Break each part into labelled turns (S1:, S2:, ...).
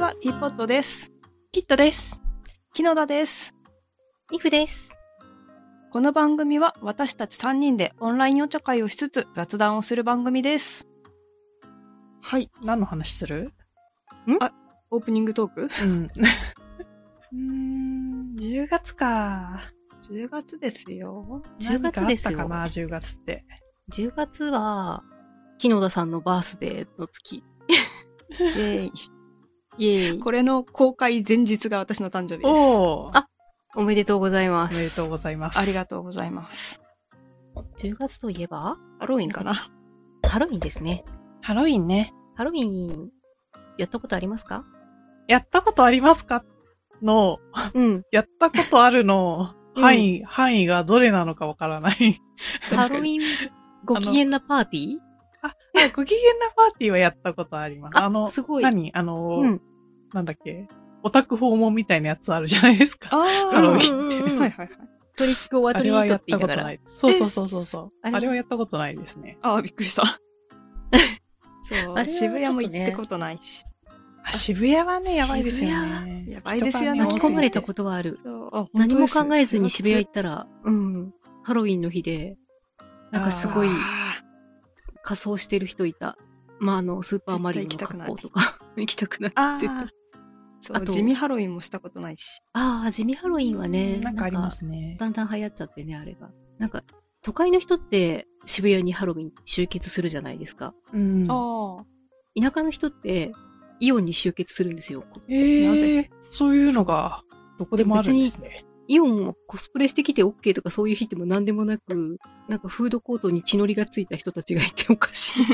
S1: は、ティーポットです。キットです。木野田です。
S2: ニフです。
S1: この番組は、私たち3人でオンラインお茶会をしつつ、雑談をする番組です。
S3: はい。何の話する
S1: オープニングトーク
S3: うん。ん、10月か。
S1: ?10 月ですよ。
S2: 10
S3: 何か
S2: 月ですよ
S3: あったかな、10月って。
S2: 10月は、木野田さんのバースデーの月。
S1: イェイ。
S2: イエーイ。
S1: これの公開前日が私の誕生日です。
S3: おお
S2: あおめでとうございま
S3: お
S2: す。
S3: めでとうございます。
S1: ありがとうございます。
S2: 10月といえば、
S1: ハロウィンかな
S2: ハロウィンですね。
S3: ハロウィンね。
S2: ハロウィン、やったことありますか
S3: やったことありますかの、
S2: うん。
S3: やったことあるの、
S2: うん
S3: 範囲、範囲がどれなのかわか らない。
S2: ハロウィン、ご機嫌なパーティー
S3: あ、なんかご機嫌なパーティーはやったことあります。
S2: あ
S3: あの、
S2: すごい
S3: 何あの、
S2: うん。
S3: なんだっけオタク訪問みたいなやつあるじゃないです か。
S1: あ
S3: ハロウィン
S2: ン
S1: はいはいはい。
S2: トリックオア
S3: あ
S2: トリ
S3: れは
S2: ート
S3: や
S2: っ
S3: って
S2: 言
S3: た
S2: い
S3: こ
S2: な
S3: と
S2: がら
S3: な。い。そうそうそうそうそう。
S2: あ
S3: あ
S2: れ
S3: れはやったことないですね。
S1: ああ、びっくり した。そう、
S2: あれは
S1: 渋谷も
S2: ち
S1: 行っ
S2: ょっとね
S1: てことないし。
S3: あ渋谷はね、やばいですよ
S2: 渋
S3: ね。。
S1: やばいですよね
S2: 巻き込まれたこととはある。
S1: そう
S2: 何も考えずに渋谷行ったら、うん。ハロウィンの日で、なんかすごい
S1: あ
S2: 仮装してる人いた。まあ、あの、スーパーマリオの格好とか。行きたくない。
S1: あー
S2: 絶対
S1: そう
S2: あと
S1: 地味ハロウィンもしたことないし。
S2: ああ、地味ハロウィンはね、
S3: なんかありますね。
S2: だんだん流行っちゃってね、あれが。なんか、都会の人って渋谷にハロウィン集結するじゃないですか。
S3: うん。
S1: あ
S2: 田舎の人ってイオンに集結するんですよ。こ
S3: えー、
S1: な
S3: な
S1: ぜ
S3: ぜそういうのが、どこでもあるんですね。
S2: イオンをコスプレしてきて OK とかそういう日でも何でもなく、なんかフードコートに血のりがついた人たちがいておかしい。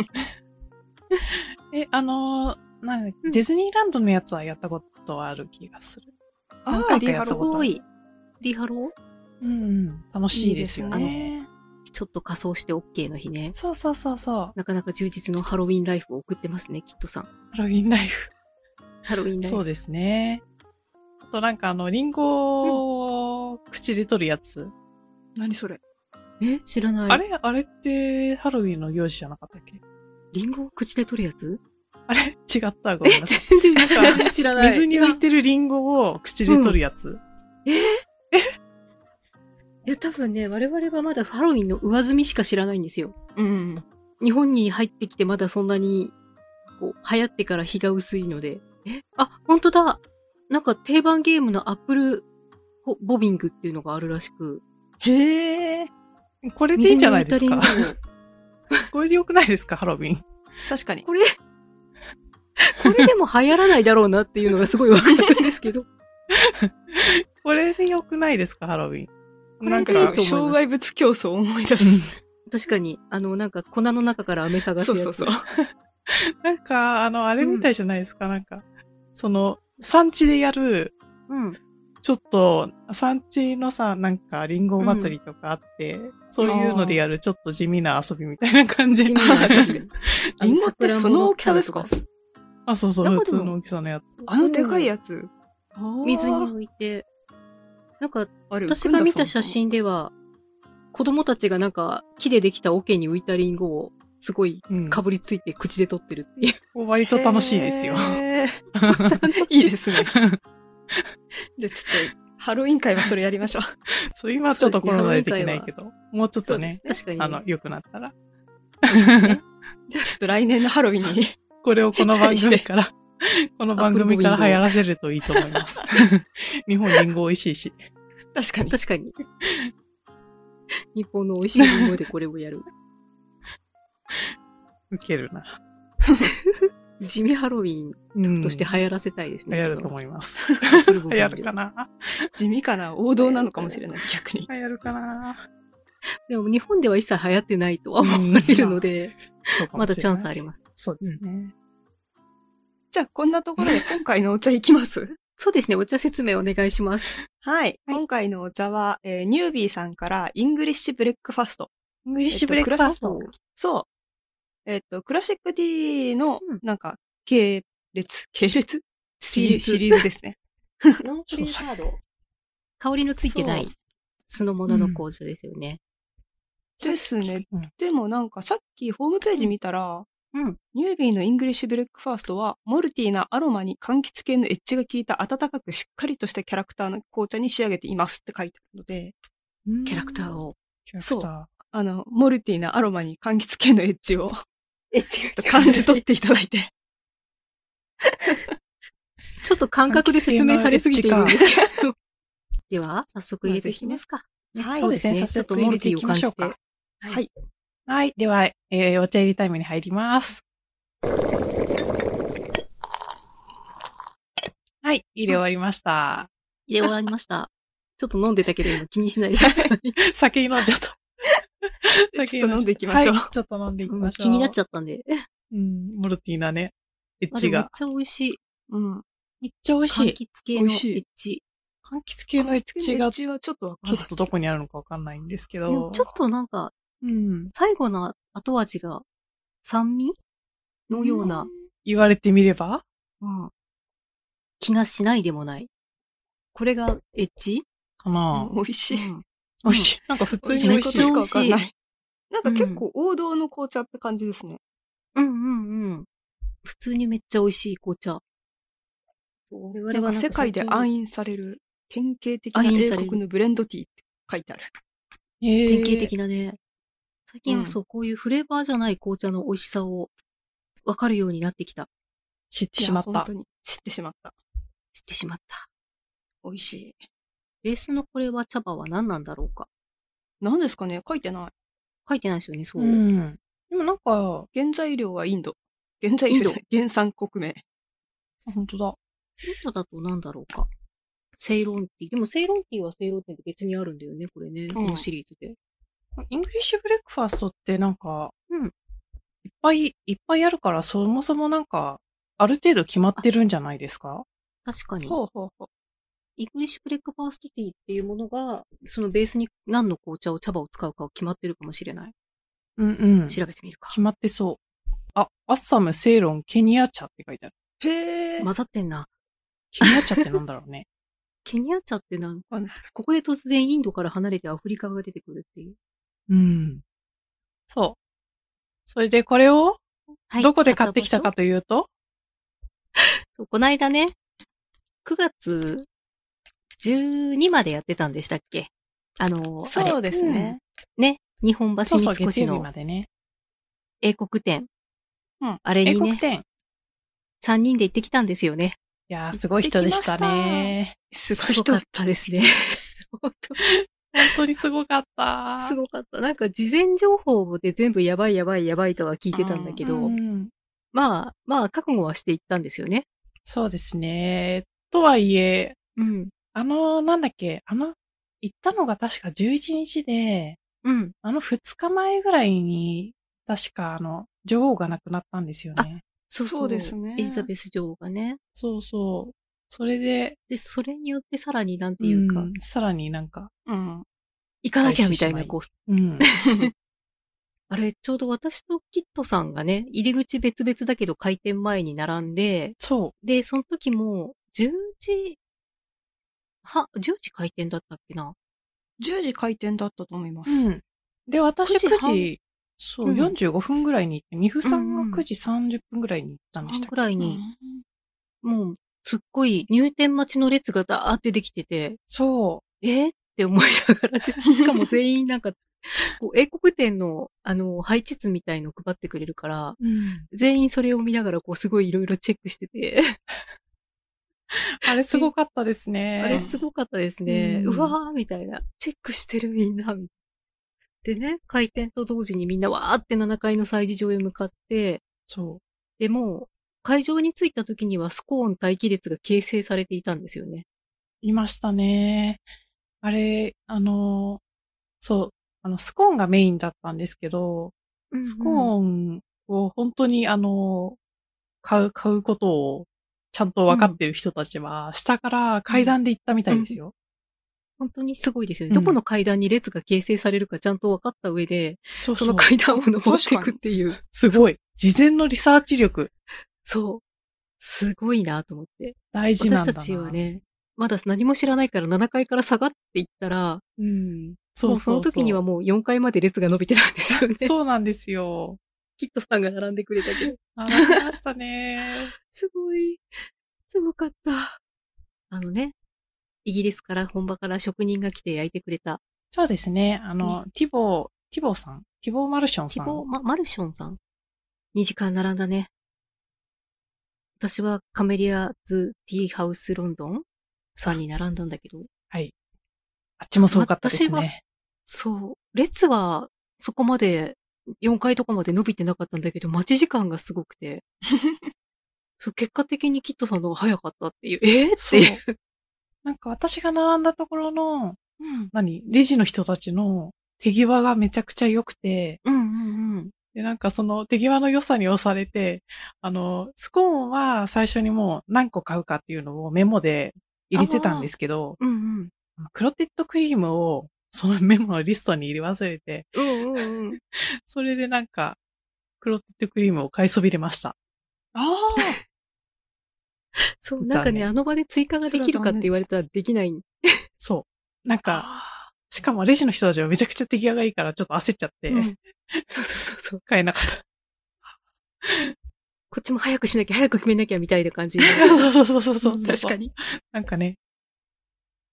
S3: え、あのー、なんだっけ
S2: うん
S3: ディズニーランドのやつはやったことはある気がする。
S1: あ。
S3: なん
S1: あ
S3: か
S1: あ、
S3: リハロ
S2: す
S3: そう
S2: ごい。ディハロ
S3: うんうん。楽しいですよね。
S1: いいで
S2: ちょっと仮装して OK の日ね。
S3: そうそうそうそう。
S2: なかなか充実のハロウィンライフを送ってますね、キットさん。
S3: ハロウィンライフ。
S2: ハロウィンライフ。
S3: そうですね。あとなんかあの、リンゴを口で取るやつ。
S1: 何それ。
S2: え知らない。
S3: あれあれってハロウィンの行事じゃなかったっけ
S2: リンゴを口で取るやつ
S3: あれ違ったごめんなさい。
S2: 全然
S3: なんか
S2: 知らない。
S3: 水に浮いてるリンゴを口で取るやつ。
S2: いや、多分ね、我々はまだハロウィンの上積みしか知らないんですよ。
S1: うん。
S2: 日本に入ってきてまだそんなに、こう、流行ってから日が薄いので。えあ、本当だなんか定番ゲームのアップルボボビングっていうのがあるらしく。
S1: へえ。
S3: これでいいんじゃないで
S2: 水
S3: す
S2: に浮いた
S3: か
S2: リンゴを
S3: これでよくないですかハロウィン。
S1: 確かに。
S2: これ、これでも流行らないだろうなっていうのがすごいわかるんですけど。
S3: これでよくないですかハロウィン。なん
S2: こ
S3: か、
S2: れでいいと思います
S1: 障害物競争を思い出す。
S2: 確かに、あの、なんか粉の中から飴探す
S1: そ
S2: や
S1: う
S2: つ。
S1: そうそう。
S3: なんか、あの、あれみたいじゃないですか、なんか、その、産地でやる、
S2: うん。
S3: ちょっと、産地のさ、なんか、リンゴ祭りとかあって、そういうのでやる、ちょっと地味な遊びみたいな感じ。
S2: 地味な遊 び
S3: 確かに
S2: あの
S1: リンゴってその大きさですか
S2: 桜物の
S3: あ、そうそう、
S2: なんかで
S3: 普通
S2: も
S3: の大きさのやつ。
S1: あのでかいやつ。
S2: 水に浮いて。なんか、
S1: あれ
S2: 私が見た写。真では、子供たちがなんか木でできた桶に浮いたリンゴをすごい
S3: うん。
S2: かぶりついて口で取ってるっていう。
S3: 割と楽しいで すよ。
S1: へー いいですね。じゃあちょっと、ハロウィン会はそれやりましょう。
S3: そう、今はちょっとコロナでできないけど、もうちょっとね、
S2: 確かに、ね。
S3: あの、良くなったら、
S1: じゃあちょっと来年のハロウィンに。
S3: これをこの番
S1: 期待
S3: 組
S1: して
S3: から、この番組から流行らせるといいと思います。日本リンゴ美味しいし。
S1: 確かに。
S2: 確かに。日本の美味しいリンゴでこれをやる。
S3: ウケるな。
S2: 地味ハロウィン
S3: うん
S2: として流行らせたいです
S3: 流
S2: ね。
S3: 行ると思います。
S2: これも
S3: 流行るかな
S1: 地味かな王道なのかもしれない、逆に。
S3: 流行るかな
S2: でも日本では一切流行ってないとは思われるの で、
S3: そうかもしれない
S2: まだチャンスあります。
S3: そうですね。
S1: じゃあ、こんなところで今回のお茶いきます。
S2: そうですね、お茶説明お願いします。
S1: はい。今回のお茶は、えーニュービーさんから、イングリッシュブレックファスト。
S3: イングリッシュブレックファスト。
S1: そう。えっ、と、クラシックティーの
S2: うん、
S1: なんか、系列、 系列シ
S2: シ
S1: リ
S2: リ
S1: ー
S2: ー
S1: ズ
S2: ズ
S1: シリーズで すね。
S2: ノン
S3: クリーンサ
S2: ード。香りのついてない酢の物の紅茶ですよね。
S1: ですね。
S3: うん
S1: でもなんか、さっきホームページ見たら、
S2: うん。
S1: ニュービーのイングリッシュブレックファーストは、モルティーなアロマに柑橘系のエッジが効いた温かくしっかりとしたキャラクターの紅茶に仕上げていますって書いてあるので、
S2: キャラクターを。
S3: キャラクター
S1: そうあの、モルティーなアロマに柑橘系のエッジ を
S2: え、ちょっと
S1: 感じ取っていただいて。
S2: ちょっと感覚で説明されすぎているんですけど。 では、早速入れていきますか。
S1: はい
S3: そうですね。
S2: ちょ
S3: 早
S2: っと
S3: 速
S2: モ
S3: 入
S2: ルティ
S3: れてい
S2: ーを
S3: き
S2: 感
S3: ま
S2: じ。
S3: してょうか。
S2: はい
S1: はい。
S3: はい。では、えーお茶入りタイムに入ります。はい。入れ終わりました。
S2: 入れ終わりま した。ちょっと飲んでたけれども気にしないでください。
S3: 先に飲んじゃった。
S1: ちょっと飲んでいきましょう
S3: はいちょっと飲んでいき まし ょう。
S2: 気になっち
S3: ゃ
S2: ゃったん で。
S3: う。うん。モルティーなね。エッ
S2: あで
S3: ジ
S2: もめっ
S3: が。
S2: ちゃ美味しい。
S1: うん。
S3: めっちゃ美味し
S2: 柑
S3: い。
S2: 橘系のエッジ。
S3: 柑橘系のエッジ
S1: エ
S3: が、
S1: ッ
S3: ち
S1: ジはちょっとわかん
S3: ょ
S1: ない
S3: っ。とどこにあるのかわかんないんですけ
S2: でも
S3: ど。
S2: ちょっとなんか、
S3: うん。
S2: 最後の後味が酸味のような、
S3: 言われてみれば
S2: うん気がしないでもない。これがエッジ
S3: かな
S1: 美味しい。
S3: 美味しい。なんか普通に
S1: 美
S3: 美
S1: 味
S3: 味
S1: し
S3: し
S1: い
S3: い。
S1: ことしかわかんない。なんか結構王道の紅茶って感じですね。
S2: うんうんうん。普通にめっちゃ美味しい紅茶。我
S1: なんか世界で暗
S2: 飲。
S1: 飲される典型的な
S2: 暗飲
S1: 英
S2: される
S1: 国のブレンドティーって書いてある。
S2: 典
S3: 典
S2: 型的なね。最近
S1: う
S2: は
S1: ん
S2: そう、こういうフレーバーじゃない紅茶の美味しさを分かるようになってきた。
S3: 知ってしまっ
S1: いや本
S3: た
S1: 当。に知ってしまった。
S2: 知ってしまった。
S1: 美味しい。
S2: ベースのこれは茶葉は何なんだろうか。
S1: 何ですかね書いてない。
S2: 書いてないですよね、そう。
S3: うん。でもなんか、
S1: 原材料はインド。原材料じゃない原産国名。
S3: 本当だ。
S2: ヒントだと何だろうか。セイロンティー。でもセイロンティーはセイロンティーで別にあるんだよね、これね。このシリーズで。
S3: イングリッシュブレックファーストってなんか、
S2: うん
S3: いっぱいいっぱいあるから、そもそもなんか、ある程度決まってるんじゃないですか
S2: 確かに。
S1: うほうほ
S2: イングリッシュブレックファーストティーっていうものが、そのベースに何の紅茶を、茶葉を使うかは決まってるかもしれない。
S3: うんうん。
S2: 調べてみるか。
S3: 決まってそう。あ、アッサム、セイロン、ケニア茶って書いてある。
S1: う。へえ。
S2: 混ざってんな。
S3: ケニア茶ってなんだろうね。
S2: ケニア茶ってなん
S1: わかんな
S2: ここで突然インドから離れてアフリカが出てくる っていう。
S3: うん。そう。それでこれを、
S2: は
S3: どこで買ってきたか
S2: 買っ
S3: というと、
S2: 場所そうこないだね、9月12までやってたんでしたっけあの、あれ
S1: そうですね。
S2: ね、日本橋
S3: そうそ
S2: 三
S3: う、月
S2: 越
S3: 曜日
S2: の
S3: までね。
S2: 英国店。
S1: うん
S2: あれ
S3: 英
S2: に
S3: 国
S2: ね、
S3: 店。い
S2: 3人で行ってきたんですよね。
S3: やー、すごい人でしたね。
S1: すごい
S2: か
S1: 人
S2: っ。たですね。 本当
S3: 本当にすごかった。
S2: すごかった。なんか事前情報で全部やばいやばいやばいとは聞いてたんだけど、
S3: うん
S2: まあ、まあ、覚悟はしていったんですよね。
S3: そうですね。とはいえ、
S2: うん。
S3: あの、なんだっけ、あの、行ったのが確か11日で、
S2: うん。
S3: あの2日前ぐらいに、確かあの、女王が亡くなったんですよね。
S2: そうそう
S1: そうですね
S2: エリザベス女王がね。
S3: そうそう。それで、
S2: で、それによってさらになんていうか、
S3: うんさらになんか、
S1: うん。
S2: 行かなきゃみたいな、こう、
S3: うん。
S2: あれ、ちょうど私とキットさんがね、入り口別々だけど開店前に並んで、
S3: そ
S2: で、その時も、10時、は、10時開店だったっけな
S1: 10時開店だったと思いま
S3: う。
S1: す。
S3: うん。で、
S2: 9
S3: 私9
S2: 時半
S3: 時、そうう、
S2: ん
S3: 45分ぐらいに行って、美穂さ
S2: うんうん
S3: んが9時30分ぐらいに行ったんでしたっ
S2: ぐらいに、
S1: うん
S2: もう、すっごい入店待ちの列がダーってできてて、
S3: そ
S2: えーって思いながら、しかも全員なん か、こう英国店の、あの、配置図みたいの配ってくれるから、
S3: う。うん。
S2: 全員それを見ながら、こう、すごいいろいろチェックしてて、
S3: あれすごかったですね。
S2: あれすごかったですね。う
S3: うん
S2: わーみたいな。チェックしてるみんな。みたいなでね、開店と同時にみんなわーって7階の祭事場へ向かって、
S3: そう。
S2: でも、会場に着いた時にはスコーン待機列が形成されていたんですよね。
S3: いましたね。あれ、あの、そう、あの、スコーンがメインだったんですけど、スコ
S2: ン
S3: ーンを本当にあの、買う、買うことをちゃんと分かってる人たちは、下から階段で行ったみたいですよ。
S2: 本当にすごいですよね。
S3: うん
S2: どこの階段に列が形成されるかちゃんと分かった上で、
S3: そ
S2: その階段を登っていくっていう。
S3: すごい。事前のリサーチ力、
S2: そう。すごいなと思って。
S3: 大事なん
S2: 私
S3: だ
S2: た
S3: な。
S2: ちは、ね、まだ何も知らないから7階から下がっていったら、
S3: うん。そ
S2: もう
S3: うそうそ
S2: そうの時にはもう4階まで列が伸びてたんですよね。
S3: そうなんですよ。
S2: キットさんが並んでくれたけど。
S3: ありました ね。
S2: すごい。すごかった。あのね、イギリスから本場から職人が来て焼いてくれた、
S3: そうですね。あの、ティボー、ティボーさん、ティボーマルション
S2: 希
S3: さん。
S2: 望、ま、マルションさん ?2 時間並んだね。私はカメリアズ・ティーハウス・ロンドンさんに並んだんだけど、
S3: あっちもすごかったです
S2: 私は
S3: ね。
S2: そう、列はそこまで4階とかまで伸びてなかったんだけど、待ち時間がすごく て、そう結果的にキットさんの方が早かったって いう、えー、っ
S3: そう
S2: ていう。。
S3: なんか私が並んだところの、何レジの人たちの手際がめちゃくちゃ良くて、
S2: うんうんうん。
S3: で、なんかその手際の良さに押されて、あの、スコーンは最初にもう何個買うかっていうのをメモで入れてたんですけど、
S2: うんうん。
S3: クロテッドクリームをそのメモのリストに入れ忘れて、
S2: うんうんうん。
S3: それでなんか、クロテッドクリームを買いそびれました。あ
S2: そう、なんか
S3: 残
S2: ね、
S3: 念
S2: あの場で追加ができるかって言われたらできない。
S3: そう。なんか、
S2: あ
S3: しかもレジの人たちはめちゃくちゃ手際がいいからちょっと焦っちゃって、
S2: うんそうそうそうそう。
S3: 買えなかった。
S2: こっちも早くしなきゃ、早く決めなきゃみたいな感じになる。
S3: そうそうそうそうそう。
S1: 確か。に。
S3: なんかね、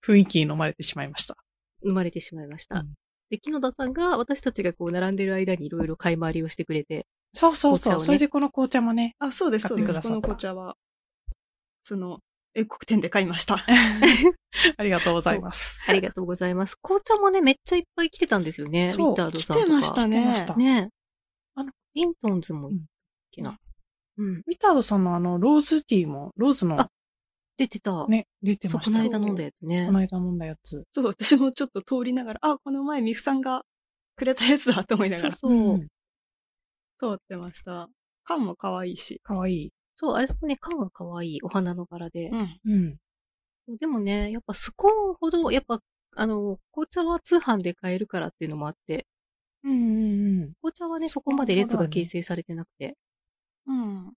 S3: 雰囲気に飲まれてしまいました。
S2: 生まれてしまいました。
S3: うん
S2: で、木野田さんが私たちがこう並んでる間にいろいろ買い回りをしてくれて。
S3: そうそ
S2: 紅
S3: うそ
S2: 茶
S3: う。
S2: をね
S3: それでこの紅茶もね、
S1: あ、そうです、そう
S3: 買っ
S1: で
S3: てくだ
S1: す。
S3: さ
S1: こ
S3: った
S1: の紅茶は、その、英国店で買いま した。
S3: ありがとうございます。
S2: ありがとうございます。紅茶もね、めっちゃいっぱい来てたんですよね。ウ
S3: そう
S2: ィンタードさんとか。
S1: 来てましたね
S3: 来てました
S2: ね。
S3: あの
S2: ウィントンズもいいっけな。うん。
S3: ミタードさんのあの、ローズティーも、ローズの
S2: あ出てた。
S3: ね、出て
S2: そう、
S3: ま
S2: こ
S3: し
S2: の
S3: た。
S2: 間飲んだやつね
S3: こ。の間飲んだやつ。
S1: そう、私もちょっと通りながら、あ、この前ミフさんがくれたやつだと思いなが
S2: そう
S1: ら通
S2: そう。
S3: うん
S1: ってました。缶も可愛いし。
S3: かわいい。
S2: そう、あれそこね、缶が可愛い。お花の柄で。
S1: うん。
S3: うん。
S2: そうでもね、やっぱスコーンほど、やっぱ、あの、紅茶は通販で買えるからっていうのもあって、
S3: うんうんうん。
S2: 紅茶はね、そこまで列が形成されてなくて。
S1: うん。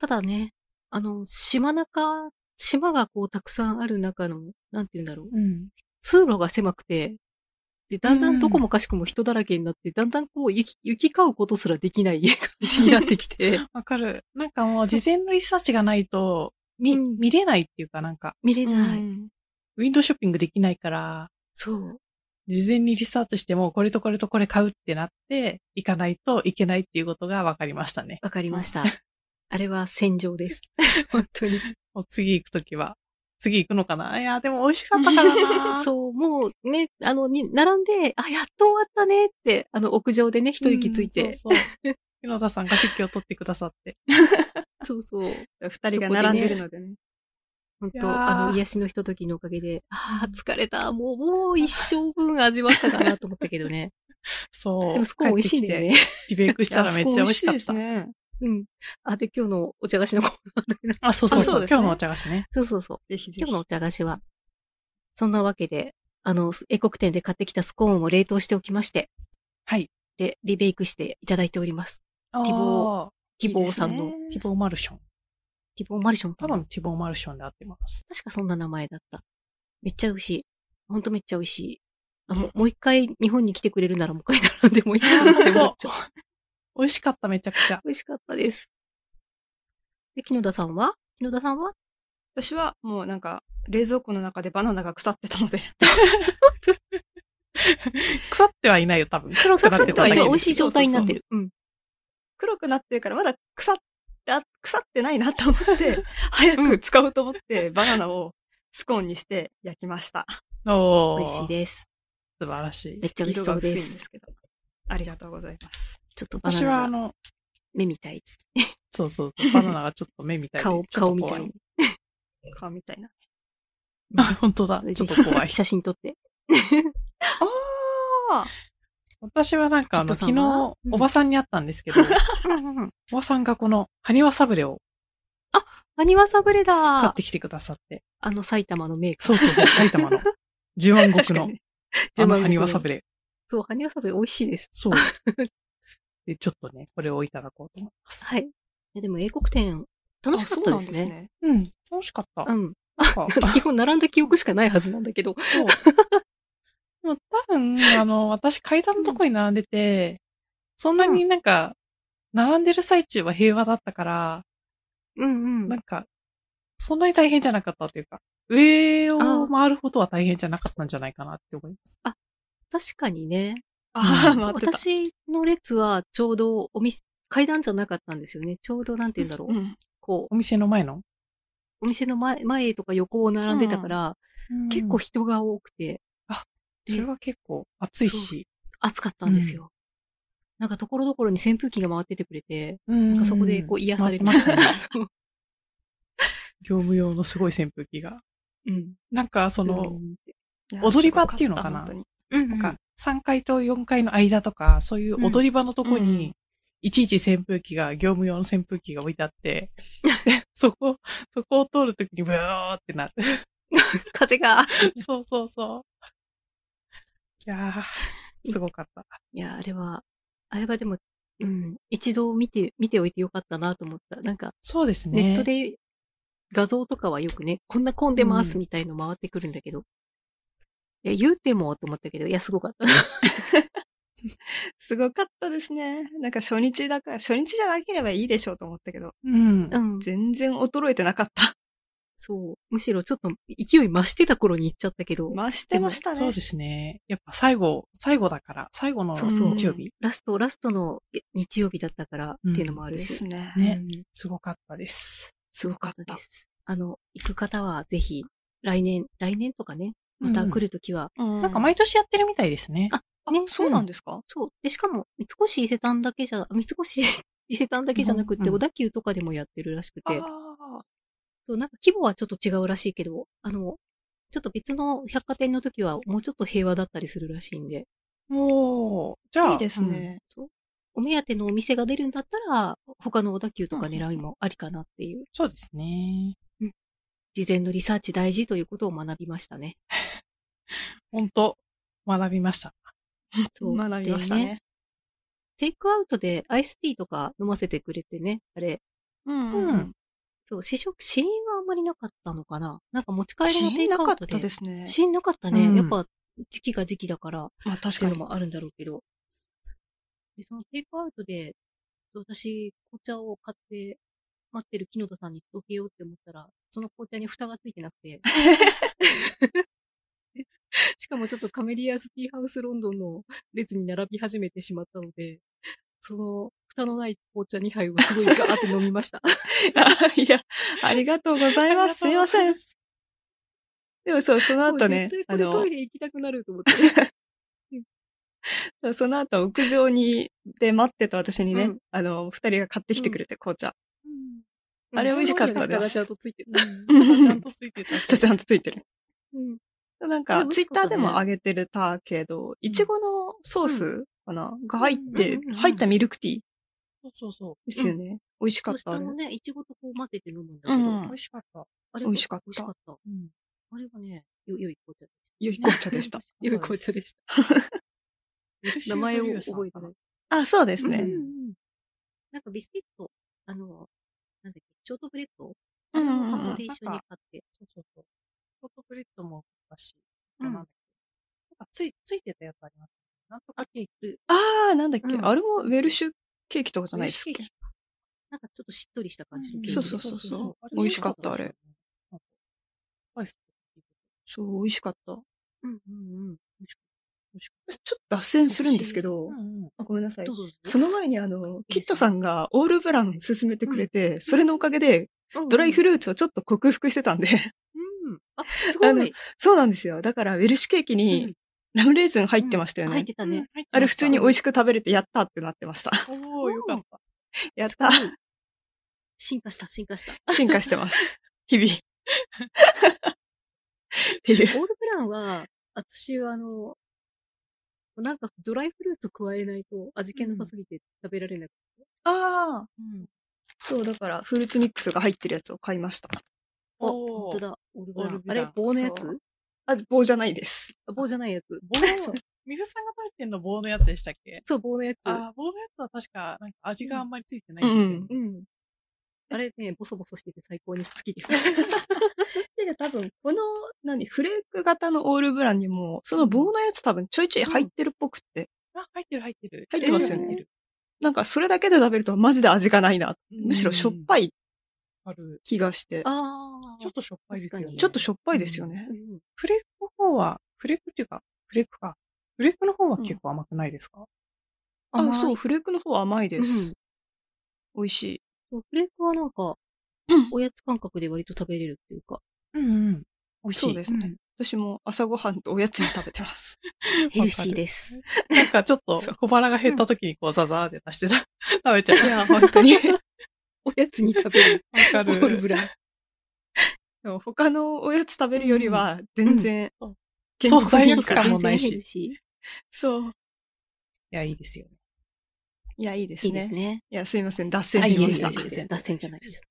S2: ただね、あの、島中、島がこうたくさんある中の、なんて言うんだろう、
S3: うん。
S2: 通路が狭くて、で、だんだんどこもかしこも人だらけになって、だんだんこう、行き、行き交うことすらできない感じになってきて、
S3: わかる。なんかもう事前のリサーチがないと、見、
S2: うん
S3: 見れないっていうかなんか、
S2: 見れない。
S1: うん
S3: ウィンドウショッピングできないから、
S2: そう。
S3: 事前にリサーチしても、これとこれとこれ買うってなって、行かないといけないっていうことが分かりましたね。
S2: わかりま した。あれは戦場です。 本当に。。
S3: もう次行くときは、次行くのかないや、でも美味しかったからな
S2: そう、もうね、あの、に、並んで、あ、やっと終わったねって、あの、屋上でね、一息ついて、
S3: うんそ うそう。木野田さんが席を取ってくださって。
S2: そうそう、
S1: 二人が並んでるのでね。
S2: 本当
S3: いやー
S2: あの、癒しのひとときのおかげで、ああ、疲れた、もう、もう一生分味わったかなと思ったけどね。
S3: そう。
S2: でも、スコーン美味しいんだよね。
S3: 帰ってきて。リベイクしたらめっちゃ美味しかっ
S1: いやそ
S3: た。
S1: こ美味しいですね。
S2: うん。あ、で、今日のお茶菓子のコーナーだ ね
S3: あ、そうそう
S1: あ
S3: そう
S1: そうですね
S3: 今日のお茶菓子ね。
S2: そうそうそう。
S1: ぜひぜ
S2: 今日
S1: ひ
S2: のお。茶菓子は、そんなわけで、あの、英国店で買ってきたスコーンを冷凍しておきまして、
S3: はい。
S2: で、リベイクしていただいております。
S3: テ
S2: ィボ
S3: ー。
S2: ティボーさんの、
S1: いいです
S3: テ
S1: ね
S3: ィボーマルション。
S2: ティボーマルションさ
S3: 多
S2: んの
S3: 分ティボーマルションで合ってます。
S2: 確かそんな名前だった。めっちゃ美味しい。ほんとめっちゃ美味しい。あもうもう一回日本に来てくれるならもう一回並んでもいいかなって思っちゃう。
S3: 美味しかった、めちゃくちゃ。
S2: 美味しかったです。で、木野田さんは木野田さんは
S1: 私はもうなんか、冷蔵庫の中でバナナが腐ってたので、
S3: 腐ってはいないよ、多分。黒くなってただ
S1: 腐ってはい
S3: け
S1: ない
S2: そ
S3: です
S2: う美味しい状態になってる。うん。
S1: 黒くなってるからまだ腐って、あ腐ってないなと思って、早く使おうと思って、バナナをスコーンにして焼きました。
S3: おー
S2: 美味しいです。
S3: 素晴らしい
S2: め。っちゃ美味し
S1: 色
S2: そ
S1: が
S2: う
S1: 薄いん
S2: で。
S1: ですすけど。ありがとうございます。
S2: ちょっとバナ
S3: 私はあ
S2: ナが
S3: の、
S2: 目みたい。
S3: そうそうそう、バナナがちょっと目みたいで
S2: 顔、
S3: ちょっ
S2: 顔
S3: と
S2: み
S3: 怖
S2: たい。。
S1: 顔みたいな。
S3: あ、本当だ。ちょっと怖い
S2: 写真撮 って。
S1: あ
S3: 私はなんかあの、
S2: キッ
S3: 昨
S2: ドさんは
S3: 日、おばさんに会ったんですけど、おばさんがこの、埴輪サブレを
S2: アニワサブレ
S3: 買っ
S2: だ
S3: てきてくださって。
S2: あの埼玉のメイク。
S3: そうそうそう、埼玉の。十万
S1: 確
S3: 石
S1: か
S3: の
S1: に、。
S3: あの
S2: 10万石の
S3: 埴輪サブレ。
S2: そう、アニワサブレ美味しいです。
S3: そう。で、ちょっとね、これをいただこうと思います。
S2: はい。いやでも英国店、楽しかったですね。
S1: ね。
S3: うん、楽しかった。
S2: うん。
S3: なんか、
S2: 基本並んだ記憶しかないはずなんだけど。
S3: そう。でも多分、あの、私階段のとこに並んでて、そんなになんか、並んでる最中は平和だったから、
S2: うんう
S3: なんん。か、そんなに大変じゃなかったというか、上を回るほどは大変じゃなかったんじゃないかなって思います。
S2: 確かにね。
S1: ああ、
S3: うん
S1: 待ってた。
S2: 私の列はちょうどお店、階段じゃなかったんですよね。ちょうどなんて言うんだろう。
S1: うん
S2: こう、
S3: お店の前の、
S2: お店の前前とか横を並んでたから、結構
S3: そ
S2: 人が多くて
S3: れは結構暑いし、
S2: 暑かったんですよ。なんかところどころに扇風機が回っててくれて、
S3: な
S2: なんかそこでこう癒され
S3: ました
S2: ね。
S3: ね。業務用のすごい扇風機が。
S2: うん。
S3: なんかその、
S2: うん
S1: いや
S3: 踊り場っていうのかな
S1: すごっ
S2: うん
S3: なんか3階と4階の間とか、そういう踊り場のとこ
S1: うんうん
S3: に、いちいち扇風機が、業務用の扇風機が置いてあって、 でそこ、そこを通るときにブーって なる。
S2: 風が。
S3: そうそうそう。いやー、すごかった。
S2: いや、あれは、あれはでも、うん、一度見て、見ておいてよかったなと思った。なんか、
S3: そうですね。
S2: ネットで画像とかはよくね、こんな混んでます
S3: うん
S2: みたいの回ってくるんだけど。いや、言うてもと思ったけど、いや、すごかった。
S1: すごかったですね。なんか初日だから、初日じゃなければいいでしょうと思ったけど、
S3: うん。
S2: うん。
S1: 全然衰えてなかった。
S2: そう。むしろちょっと勢い増してた頃に行っちゃったけど、
S1: 増してましたね。
S3: そうですね。やっぱ最後、最後だから、最後の
S2: そうそう
S3: 日曜日、
S2: ラスト、ラストの日曜日だったからっていうのもある
S1: で
S2: し。
S1: すね。
S3: ね
S2: うん
S3: すごかったです。
S2: すごかったです。あの、行く方はぜひ、来年、来年とかね、また来るときは、
S1: な
S3: なんか毎年やってるみたいですね。
S2: あ
S1: あ、
S2: ね
S1: そうなんですか、
S2: そう。で、しかも、三越伊勢丹だけじゃ、三越伊勢丹だけじゃなく
S3: うん
S2: て、
S3: うん
S2: 小田急とかでもやってるらしくて、
S1: あ
S2: そうなんか規模はちょっと違うらしいけど、あの、ちょっと別の百貨店の時はもうちょっと平和だったりするらしいんで、
S3: もう、じゃ
S1: あ
S3: あ。
S1: いいですね。
S2: そうお目当てのお店が出るんだったら、他の小田急とか狙いもありかなっていう、
S3: そうですね。
S2: 事前のリサーチ大事ということを学びましたね。
S3: 本当学びました。
S2: そう
S1: 学びましたね。
S2: でテイクアウトでアイスティーとか飲ませてくれてね、あれ、
S1: うん
S3: うんうん
S2: そう、試食、試飲はあんまりなかったのかななんか持ち帰りのテ
S1: し
S2: イク
S1: な
S2: ア
S1: かっ
S2: ウトで。
S1: たですね。
S2: 死んなかったね。
S3: うん
S2: やっぱ、時期が時期だから、っ
S1: まあ確
S2: て
S1: か
S2: いうの
S1: に。
S2: もあるんだろうけど。で、そのテイクアウトで、私、紅茶を買って、待ってる木野田さんに届けようって思ったら、その紅茶に蓋がついてなく て。しかもちょっとカメリアスティーハウスロンドンの列に並び始めてしまったので、その蓋のない紅茶2杯をすごいガーって飲みました。
S1: いや、ありがとうございます。すいません。でもそう、 その後ね
S2: も
S1: あ
S2: う絶、対これ
S1: の
S2: トイ、レ行きたくなると思って。
S1: その後屋上に、で待ってた私にね、
S2: うん
S1: あの、二人が買ってきてくれて、紅 茶。 あれ
S2: うん
S1: 美味しかったです
S2: 蓋がちゃんとついてる。
S3: ちゃんとつい てた
S1: ち
S3: し。
S1: ゃんとついて る。
S2: うん
S1: なん
S2: あ
S1: か、
S2: れ美味
S1: ツイ
S2: し
S1: ッ
S2: かっ
S1: タ
S2: た
S1: ー
S2: ね
S1: でも上げてるたけど、いちごのソースかな、が入って、
S2: うんうんうん
S1: 入ったミルクティー
S3: そうそうそ
S1: ですよね。美味しかった。
S2: 下
S1: あれ
S2: もね、いちごとこう混ぜて飲むんだけど、
S1: うん
S3: う。美味しかった。
S2: あれ
S1: 美味しかった
S2: 美味しかった。
S3: うん。
S2: あれはね、よ、良い紅茶でした。
S1: 良い紅茶で した。
S2: 良い紅茶で
S3: し
S2: した。
S3: た
S2: 名前を覚えてない。。
S1: あ、そうです
S2: うん
S1: ね
S2: う。んうんなんかビスケット、あの、なんだっけ、ショートブレッド
S1: うんうんうん
S2: あの箱で一緒に買って。
S3: そうそうそう。フォトプレットもだし、
S2: うん
S3: なんだっけなんかつい、ついてたやつあります。なんとかケーキ。
S1: あー、なんだっけ、
S2: うん
S1: あれもウェルシュケーキとかじゃないですっ
S3: 美味
S1: け
S3: しい
S2: なんかちょっとしっとりした感じの
S1: ん
S2: ケーキ
S1: そう
S2: で
S1: そうそうそう
S2: あれ
S1: 美味しかったあれ。
S3: なんかアイス
S1: そう、美味しかった。
S2: うんうんうん。
S1: ちょっと脱線するんですけど
S3: う、んうん
S1: あごめんなさい
S2: ど。うぞどうぞ。
S1: その前にあの、
S2: いいです
S1: キ
S2: よ
S1: ットさんがオールブラン勧めてくれて、それのおかげで
S2: うんうん
S1: ドライフルーツをちょっと克服してたんで、
S2: うん。あ、すご
S1: あの
S2: い。
S1: そうなんですよ。だからウェルシュケーキ
S2: う
S1: に
S2: ん
S1: ラムレーズン入ってましたよね。
S2: 入ってたね。
S1: あれ普通に美
S3: い
S1: 味しく食べれてやったってなってました。
S3: おー、よかった。
S1: やった。
S2: 進化した、進化した。
S1: 進化してます。 日々。っていう。
S2: オールブランは、私はあの、なんかドライフルーツ加えないと味気なさすぎて食べられなくて。
S1: ああ。そう、だからフルーツミックスが入ってるやつを買いました。
S2: あ、
S3: おー
S2: 本当だ。オールブラ
S3: オール
S2: ン。
S3: ブ
S2: あ
S3: ラン
S2: れ棒のやつ
S1: そうあ、棒じゃないです。
S2: あ棒じゃないやつ。
S3: 棒、ミフさんが食べてんの棒のやつでしたっけ
S2: そう、棒のやつ。
S3: あー、棒のやつは確か、なんか味があんまりついてな
S1: う
S3: いんですよね
S1: ん。
S2: うん。あれね、ボソボソしてて最高に好き です。
S1: で、多分、この、何、フレーク型のオールブランにも、その棒のやつ多分ちょいちょい入ってるっぽくって。
S3: あ、入ってる入ってる。
S1: 入
S2: ってますよね
S3: 入ってる
S1: なんかそれだけで食べるとマジで味がないな。むしろしょっぱ
S3: い。
S1: い
S3: ある。
S1: 気がして。
S2: ああ。
S3: ちょっとしょっぱいですよ
S2: 確か
S3: ね。
S2: に
S1: ちょっとしょっぱいですよね
S2: う。ん
S3: フレークの方は、フレークっていうか、フレークか。フレークの方は結構甘くないですか、
S2: 甘い
S1: あ、そう、フレークの方は甘いです。
S2: うん
S1: 美味しい。
S2: そうフレークはなんか
S1: うん、
S2: おやつ感覚で割と食べれるっていうか、
S3: うん、うんうん美味しい。
S1: そうですね。私も朝ごはんとおやつに食べてます。
S2: ヘルシーです。
S3: なんかちょっと
S1: そう
S3: 小腹が減った時にこうザザーで出してた 食べちゃいます。
S1: いや、本当に。
S2: おやつに食べ る。
S3: わか
S2: オール
S3: る。
S2: ブラン。
S1: でも他のおやつ食べるよりは、全然
S3: うんうん、
S1: 健
S3: そう
S1: 康
S3: 罪
S1: にいい
S3: 悪
S1: から
S3: 感もないし
S2: 全然ヘルシ
S1: そう。
S3: いや、いいですよね。
S1: いや、いいです
S2: ー。い
S1: ね。
S2: いですね。
S1: いや、すいません。脱
S3: は
S1: 線
S3: い
S1: しま
S3: え
S1: し
S3: いえ
S1: た。
S3: 大
S1: ち
S3: 丈
S1: ょ
S3: 夫
S1: っ
S3: です
S2: 脱線じゃないです。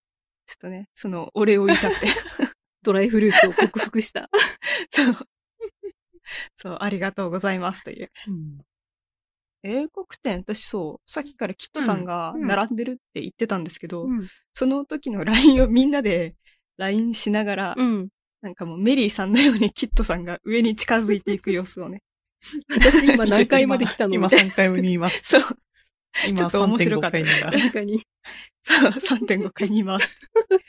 S1: とね、その、お礼を言いたくて。
S2: ドライフルーツを克服した。
S1: そう。そう、ありがとうございますという。
S3: うん
S1: 英国店、私そう、さっきからキットさんが
S2: うん
S1: 並んでるって言ってたんですけど、
S2: うん。
S1: その時の LINE をみんなで LINE しながら、
S2: うん。
S1: なんかもうメリーさんのようにキットさんが上に近づいていく様子をね。
S2: 私今何回まで来たの
S3: 今
S2: みたい
S3: 3回目にい ます。
S1: そう、ちょ
S3: 今
S1: っと面白か
S3: 3.5
S1: った
S3: 回にい
S2: な
S3: ま す。
S2: 確かに。
S1: そう、3.5回にいます。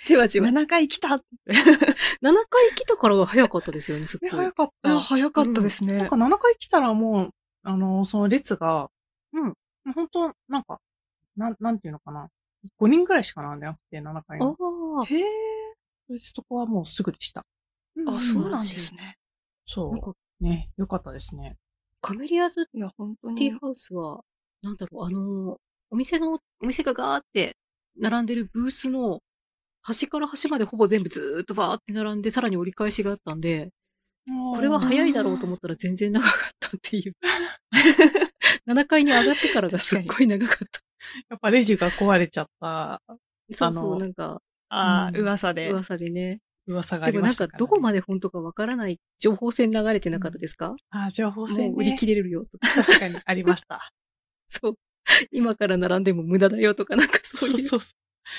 S2: じわじわ。7
S1: 7回来た
S2: 回来たからが早かったですよね、すっ
S3: ね
S2: ごい
S3: 早。かっ
S1: あ
S3: た。
S1: 早かったですね。
S3: なんか7回来たらもう、あの、その列が、
S2: うん。
S3: 本当なんか、なん、なんていうのかな。5人ぐらいしかなんでなくて、7回
S2: あ
S3: の。
S2: あ。
S3: へえ。そこはもうすぐでした。
S1: あ、
S2: うん
S1: そうなんですね。
S3: そ
S2: なんか、
S3: う。ね、よかったですね。
S2: カメリアズ
S1: いや、本当
S2: ティ
S1: に。
S2: ーハウスは、なんだろう、あのー、お店の、お店がガーって並んでるブースの、端から端までほぼ全部ずーっとバーって並んで、さらに折り返しがあったんで、こ
S3: こ
S2: れは
S1: は
S2: 早いだろうと思ったら全然長かったっていう。7階に上がってからがすっごい長かった。
S3: やっぱレジが壊れちゃった
S2: そうそ
S3: あの
S2: う、なんか
S1: ああ、
S3: うん
S1: 噂で。
S2: 噂でね。
S3: 噂があ
S2: で
S3: り
S2: も
S3: ま
S2: なん
S3: した
S2: か
S3: から、
S2: どこまで本当かわからない情報戦流れてなかったですか、
S3: あー情報
S2: も
S3: 戦
S2: う売り
S3: ね。
S2: 切れるよとか。
S3: 確かにありました。
S2: そう。今から並んでも無駄だよとか、なんかそ
S3: そう
S2: ういう
S3: そうそ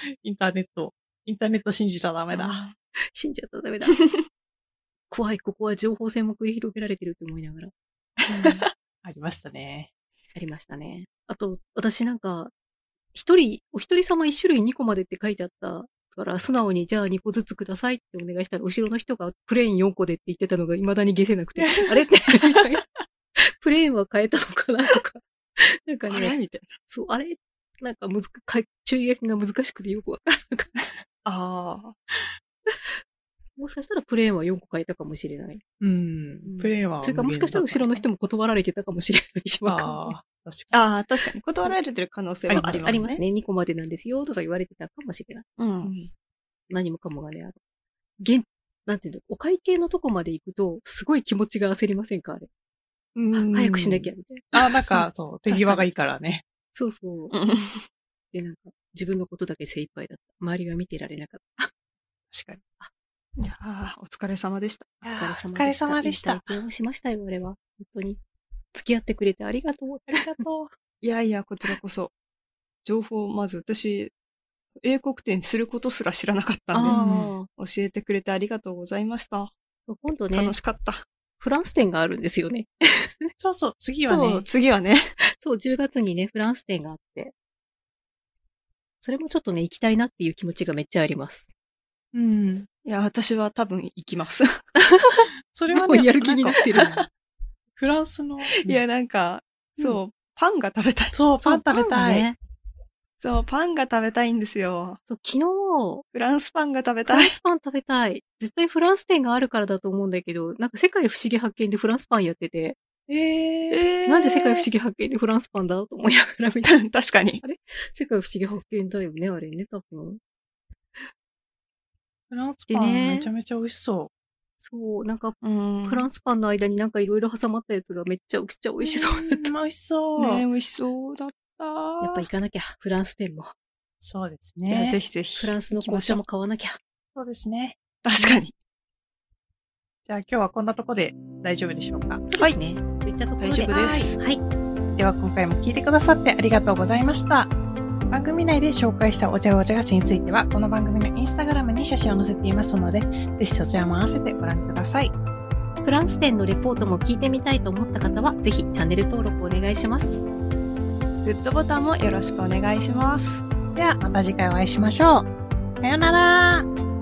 S3: う インターネット。インターネット信じちゃダメだ。
S1: あ
S2: 死んじゃったらダ メだ。怖い、ここは情報戦も繰り広げられてると思いながら、
S3: ありましたね。
S2: ありましたね。あと、私なんか、一人、お一人様一種類二個までって書いてあったから、素直に、じゃあ二個ずつくださいってお願いしたら、後ろの人がプレーン四個でって言ってたのが未だに消せなく て、あれって、みたいな。プレーンは変えたのかなとか。なんか
S1: あ
S2: ね
S1: れ、みたいな。
S2: そう、あれなんかむずか、注意書きが難しくてよくわからなかった。
S1: ああ。
S2: もしかしたらプレーンは4個変えたかもしれない。
S3: うん。プレイは。
S2: それからもしかしたら後ろの人も断られてたかもしれないし、 わかんない
S3: ああ、確か
S1: ああ、確かに。断られてる可能性はありますね。
S2: ありますね。2個までなんですよとか言われてたかもしれない。
S1: う
S3: に。
S1: ん。
S2: 何もかもがね、あの、現、なんていうの、お会計のとこまで行くと、すごい気持ちが焦りませんかあれ。
S3: うん
S2: 早くしなきゃ、。みたいな。
S3: あ、なん か、そう、手際がいいからね。
S2: そうそう。
S1: うん
S2: で、なんか、自分のことだけ精一杯だった。周りが見てられなかっ
S3: 確かに。
S1: いやーお疲れ様でした。
S2: た。
S3: あー
S2: お
S3: お
S2: 疲
S3: 疲
S2: れ
S3: れ
S2: 様
S3: 様
S2: で
S3: で
S2: し。
S3: した
S2: いい
S3: た
S2: 体験をしましたよ、俺は。本当に。付き合ってくれてありがとう。
S3: ありがと
S1: いやいや、こちらこそ。情報、まず私、英国展することすら知らなかったんで、
S2: ああ。
S1: 教えてくれてありがとうございました。
S2: そう今度ね
S1: 楽、しかった。
S2: フランス店があるんですよね。
S3: う。 そうそう、次は
S1: そ
S3: ね
S1: う、、次はね。
S2: そう、10月にね、フランス店があって。それもちょっとね、行きたいなっていう気持ちがめっちゃあります。
S3: うん。
S1: いや、私は多分行きます。
S3: それは
S2: もう
S3: ね、
S2: やる気になってる
S3: んか。フランスの、
S1: いや、なんか、そう、パンが食べたい。
S3: そう、パン
S2: そう
S3: 食べた
S2: パンが
S3: い。
S2: ね
S1: そう、パンが食べたいんですよ。
S2: そう昨日、
S1: フランスパンが食べ
S2: フラ
S1: たい
S2: ン。スパン食べたい。絶対フランス店があるからだと思うんだけど、なんか世界不思議発見でフランスパンやってて、
S3: ええ。
S1: え
S2: なんで世界不思
S1: 議
S2: 議発見でフランスパンだと思いながら見たい な。
S1: 確かに。
S2: 世界不思議発見だよね、あれね、多分。
S3: フランス
S2: で
S3: パン
S2: ね
S3: めちゃめちゃ美味しそ
S2: そう、なんか
S1: うん
S2: フランスパンの間になんかいろいろ挟まったやつがめっちゃくちゃ美
S3: う。
S2: 味しそうだっ
S3: ん美味しそう。
S1: ね、美味しそうだった。
S2: た。やっぱ
S1: り、
S2: 行かなきゃ、フランス店も。
S3: そうです
S1: いや、ぜ
S3: ね。
S1: ひぜひ。
S2: フランスの紅茶も買わなきゃ。
S3: そうですね。
S1: 確かに。
S3: じゃあ今日はこんなとこで大丈夫でしょうか。
S1: は
S2: そう
S1: い。
S2: ですね。といったところで。
S1: 大丈夫です
S2: はい。はい
S3: では今回も聞いてくださってありがとうございました。番組内で紹介したお茶やお茶菓子については、この番組のインスタグラムに写真を載せていますので、ぜひそちらも合わせてご覧ください。
S2: フランス店のレポートも聞いてみたいと思った方は、ぜひチャンネル登録お願いします。
S1: グッドボタンもよろしくお願いします。
S3: ではまた次回お会いしましょう。さようなら